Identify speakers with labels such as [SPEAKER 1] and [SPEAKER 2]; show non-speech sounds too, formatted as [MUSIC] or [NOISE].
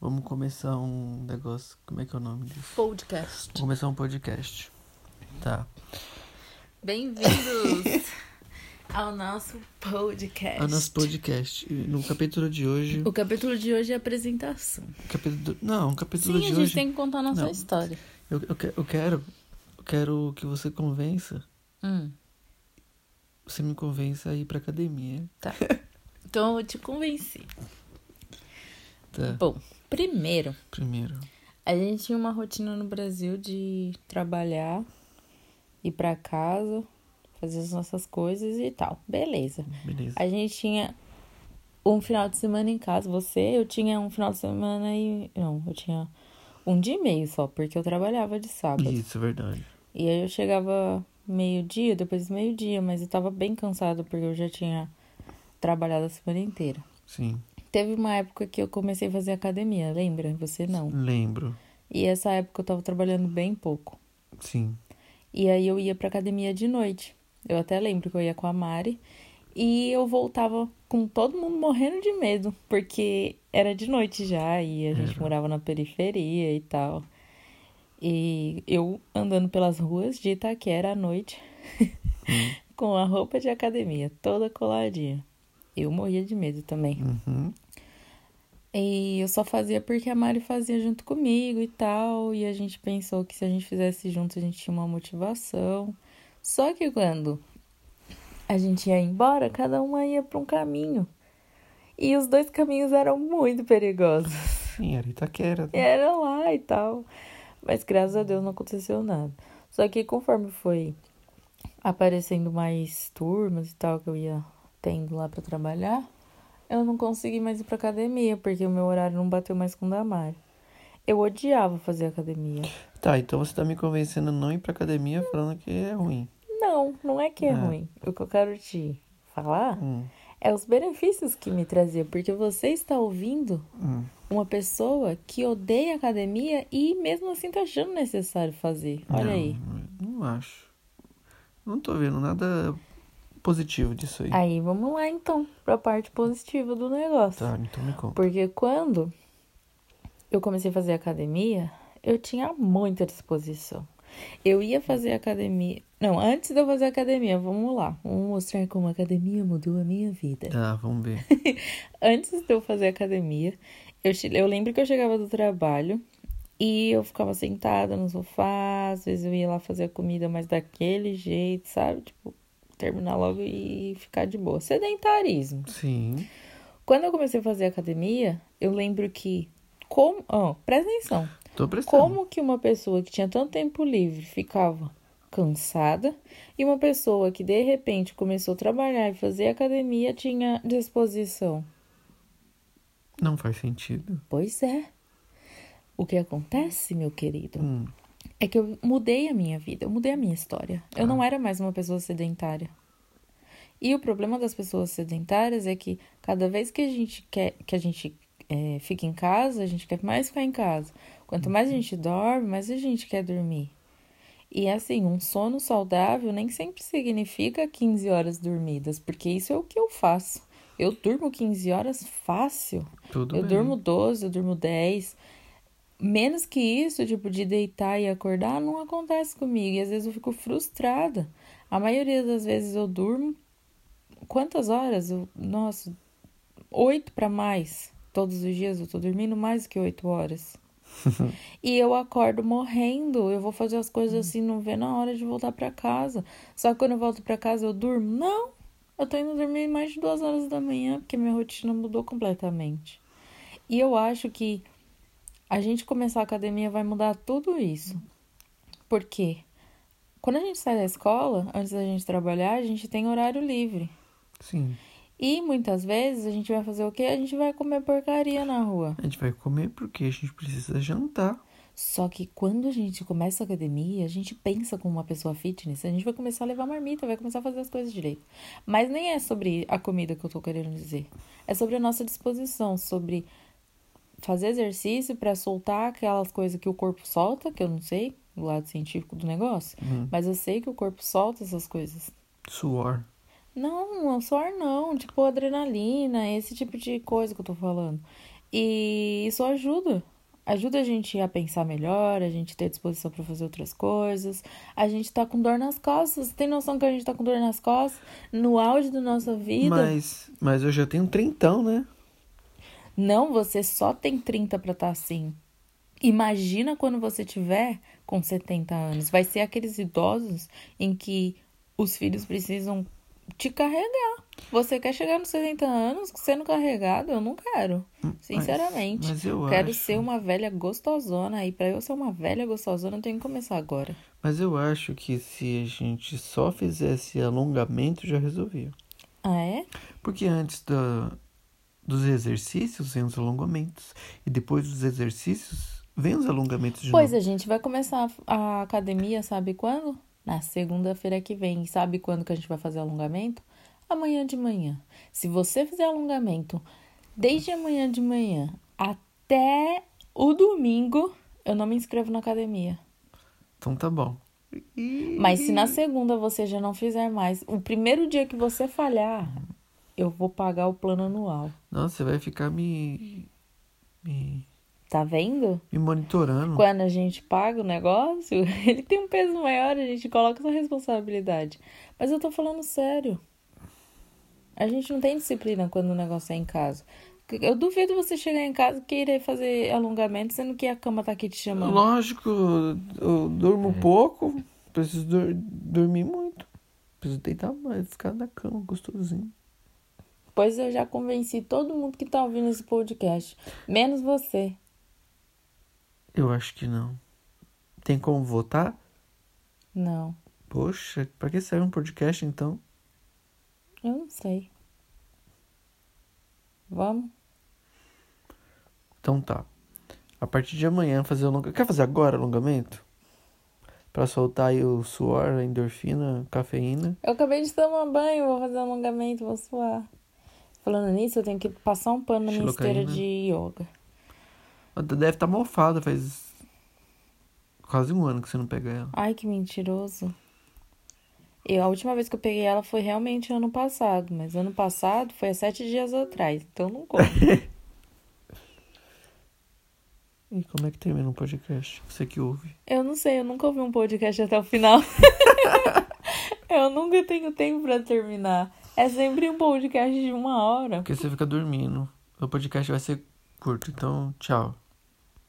[SPEAKER 1] Vamos começar um negócio. Como é que é o nome disso?
[SPEAKER 2] Podcast.
[SPEAKER 1] Vamos começar um podcast. Tá.
[SPEAKER 2] [LAUGHS] Bem-vindos ao nosso podcast.
[SPEAKER 1] A nosso podcast. E No capítulo de hoje.
[SPEAKER 2] O capítulo de hoje é apresentação.
[SPEAKER 1] Capítulo... Não, o capítulo
[SPEAKER 2] Sim, a
[SPEAKER 1] de
[SPEAKER 2] gente
[SPEAKER 1] hoje.
[SPEAKER 2] tem que contar a nossa
[SPEAKER 1] Não.
[SPEAKER 2] história.
[SPEAKER 1] Eu, eu, que- eu quero. Eu quero que você convença.
[SPEAKER 2] Hum,
[SPEAKER 1] Você me convença a ir pra academia.
[SPEAKER 2] tá. Então eu te convenci.
[SPEAKER 1] Tá.
[SPEAKER 2] Bom, primeiro,
[SPEAKER 1] Primeiro.
[SPEAKER 2] a gente tinha uma rotina no Brasil de trabalhar, ir pra casa, fazer as nossas coisas e tal. Beleza.
[SPEAKER 1] Beleza.
[SPEAKER 2] A gente tinha um final de semana em casa, você, eu tinha um final de semana e. Não, eu tinha um dia e meio só, porque eu trabalhava de sábado.
[SPEAKER 1] Isso, é verdade.
[SPEAKER 2] E aí eu chegava meio-dia, depois do meio-dia, mas eu tava bem cansada porque eu já tinha trabalhado a semana inteira.
[SPEAKER 1] Sim.
[SPEAKER 2] Teve uma época que eu comecei a fazer academia, lembra? Você não.
[SPEAKER 1] Lembro.
[SPEAKER 2] E essa época eu tava trabalhando bem pouco.
[SPEAKER 1] Sim.
[SPEAKER 2] E aí eu ia pra academia de noite. Eu até lembro que eu ia com a Mari. E eu voltava com todo mundo morrendo de medo, porque era de noite já e a gente morava na periferia e tal. E eu andando pelas ruas de Itaquera à noite, [LAUGHS] com a roupa de academia toda coladinha. Eu morria de medo também.
[SPEAKER 1] Uhum.
[SPEAKER 2] E eu só fazia porque a Mari fazia junto comigo e tal. E a gente pensou que se a gente fizesse junto, a gente tinha uma motivação. Só que quando a gente ia embora, cada uma ia pra um caminho. E os dois caminhos eram muito perigosos.
[SPEAKER 1] Sim, era Itaquera.
[SPEAKER 2] E era lá e tal. Mas graças a Deus não aconteceu nada. Só que conforme foi aparecendo mais turmas e tal que eu ia tendo lá pra trabalhar, eu não consegui mais ir pra academia, porque o meu horário não bateu mais com o da Mari. Eu odiava fazer academia.
[SPEAKER 1] Tá, então você tá me convencendo a não ir pra academia falando que é ruim.
[SPEAKER 2] Não, não é que é
[SPEAKER 1] É.
[SPEAKER 2] ruim. O que eu quero te falar
[SPEAKER 1] Hum.
[SPEAKER 2] é os benefícios que me trazia, porque você está ouvindo
[SPEAKER 1] Hum.
[SPEAKER 2] uma pessoa que odeia academia e mesmo assim tá achando necessário fazer. Olha
[SPEAKER 1] Não,
[SPEAKER 2] aí.
[SPEAKER 1] Não acho. Não tô vendo nada positivo disso aí.
[SPEAKER 2] Aí vamos lá então pra parte positiva do negócio.
[SPEAKER 1] Tá, então me conta.
[SPEAKER 2] Porque quando eu comecei a fazer academia, eu tinha muita disposição. Eu ia fazer academia. Não, antes de eu fazer academia, vamos lá. Vamos mostrar como a academia mudou a minha vida.
[SPEAKER 1] Tá, vamos
[SPEAKER 2] [LAUGHS]
[SPEAKER 1] ver.
[SPEAKER 2] Antes de eu fazer academia, eu, che- eu lembro que eu chegava do trabalho e eu ficava sentada no sofá, às vezes eu ia lá fazer a comida, mas daquele jeito, sabe? Tipo, terminar logo e ficar de boa. Sedentarismo.
[SPEAKER 1] Sim.
[SPEAKER 2] Quando eu comecei a fazer academia, eu lembro que. Como, ó, presta atenção.
[SPEAKER 1] Tô prestando.
[SPEAKER 2] Como que uma pessoa que tinha tanto tempo livre ficava cansada e uma pessoa que de repente começou a trabalhar e fazer academia tinha disposição?
[SPEAKER 1] Não faz sentido.
[SPEAKER 2] Pois é. O que acontece, meu querido,
[SPEAKER 1] Hum.
[SPEAKER 2] é que eu mudei a minha vida, eu mudei a minha história. Eu não era mais uma pessoa sedentária. E o problema das pessoas sedentárias é que cada vez que a gente quer que a gente eh, fica em casa, a gente quer mais ficar em casa. Quanto mais a gente dorme, mais a gente quer dormir. E assim, um sono saudável nem sempre significa 15 horas dormidas, porque isso é o que eu faço. Eu durmo 15 horas fácil.
[SPEAKER 1] Tudo
[SPEAKER 2] Eu
[SPEAKER 1] bem.
[SPEAKER 2] durmo 12, eu durmo 10. Menos que isso, tipo, de deitar e acordar, não acontece comigo. E às vezes eu fico frustrada. A maioria das vezes eu durmo. Quantas horas? Eu, nossa, 8 para mais. Todos os dias eu tô dormindo mais do que 8
[SPEAKER 1] [LAUGHS]
[SPEAKER 2] horas. e eu acordo morrendo. Eu vou fazer as coisas assim, não vê na hora de voltar pra casa. Só que quando eu volto pra casa eu durmo? Não! Eu tô indo dormir mais de duas horas da manhã, porque minha rotina mudou completamente. E eu acho que a gente começar a academia vai mudar tudo isso. Por quê? Quando a gente sai da escola, antes da gente trabalhar, a gente tem horário livre.
[SPEAKER 1] Sim.
[SPEAKER 2] E muitas vezes a gente vai fazer o quê? A gente vai comer porcaria na rua.
[SPEAKER 1] A gente vai comer porque a gente precisa jantar.
[SPEAKER 2] Só que quando a gente começa a academia, a gente pensa como uma pessoa fitness, a gente vai começar a levar marmita, vai começar a fazer as coisas direito. Mas nem é sobre a comida que eu tô querendo dizer. É sobre a nossa disposição, sobre fazer exercício pra soltar aquelas coisas que o corpo solta, que eu não sei do lado científico do negócio,
[SPEAKER 1] Hum.
[SPEAKER 2] mas eu sei que o corpo solta essas coisas.
[SPEAKER 1] Suor.
[SPEAKER 2] Não, não suor não, tipo adrenalina, esse tipo de coisa que eu tô falando. E isso ajuda. Ajuda a gente a pensar melhor, a gente ter disposição para fazer outras coisas. A gente tá com dor nas costas. Você tem noção que a gente tá com dor nas costas? No auge da nossa vida?
[SPEAKER 1] Mas, mas eu já tenho um trintão, né?
[SPEAKER 2] Não, você só tem 30 para estar assim. Imagina quando você tiver com 70 anos. Vai ser aqueles idosos em que os filhos precisam te carregar. Você quer chegar nos 70 anos sendo carregado? Eu não quero. Sinceramente.
[SPEAKER 1] mas eu
[SPEAKER 2] quero
[SPEAKER 1] acho-
[SPEAKER 2] ser um uma velha gostosona. E pra eu ser uma velha gostosona, eu tenho que começar agora.
[SPEAKER 1] Mas eu acho que se a gente só fizesse alongamento, já resolvia.
[SPEAKER 2] Ah, é?
[SPEAKER 1] Porque antes da, dos exercícios vem os alongamentos. E depois dos exercícios vem os alongamentos de
[SPEAKER 2] Pois é.
[SPEAKER 1] novo.
[SPEAKER 2] a gente vai começar a a academia, sabe quando? Na segunda-feira que vem. E sabe quando que a gente vai fazer alongamento? Amanhã de manhã. Se você fizer alongamento desde amanhã de manhã até o domingo, eu não me inscrevo na academia.
[SPEAKER 1] Então tá bom.
[SPEAKER 2] Mas se na segunda você já não fizer mais, o primeiro dia que você falhar, eu vou pagar o plano anual.
[SPEAKER 1] Nossa, você vai ficar me. me,
[SPEAKER 2] Tá vendo?
[SPEAKER 1] me monitorando.
[SPEAKER 2] Quando a gente paga o negócio, [LAUGHS] ele tem um peso maior, a gente coloca essa responsabilidade. Mas eu tô falando sério. A gente não tem disciplina quando o negócio é em casa. Eu duvido você chegar em casa e querer fazer alongamento, sendo que a cama tá aqui te chamando.
[SPEAKER 1] Lógico, eu durmo pouco, preciso dor- dormir muito. Preciso deitar mais, ficar na cama, gostosinho.
[SPEAKER 2] Pois eu já convenci todo mundo que tá ouvindo esse podcast. Menos você.
[SPEAKER 1] Eu acho que não. Tem como votar?
[SPEAKER 2] Não,
[SPEAKER 1] Poxa, pra que serve um podcast então?
[SPEAKER 2] eu não sei. Vamos?
[SPEAKER 1] Então tá. A partir de amanhã fazer o alongamento. Quer fazer agora alongamento? Pra soltar aí o suor, a endorfina, a cafeína.
[SPEAKER 2] Eu acabei de tomar banho, vou fazer um alongamento, vou suar. Falando nisso, eu tenho que passar um pano na minha esteira de yoga.
[SPEAKER 1] Deve estar mofada, faz quase um ano que você não pega ela.
[SPEAKER 2] Ai, que mentiroso. Eu, a última vez que eu peguei ela foi realmente ano passado, mas ano passado foi há sete dias atrás, então não conta.
[SPEAKER 1] E como é que termina um podcast? Você que ouve.
[SPEAKER 2] eu não sei, eu nunca ouvi um podcast até o final. [LAUGHS] eu nunca tenho tempo pra terminar. É sempre um podcast de uma hora.
[SPEAKER 1] Porque você fica dormindo. O podcast vai ser curto, então tchau.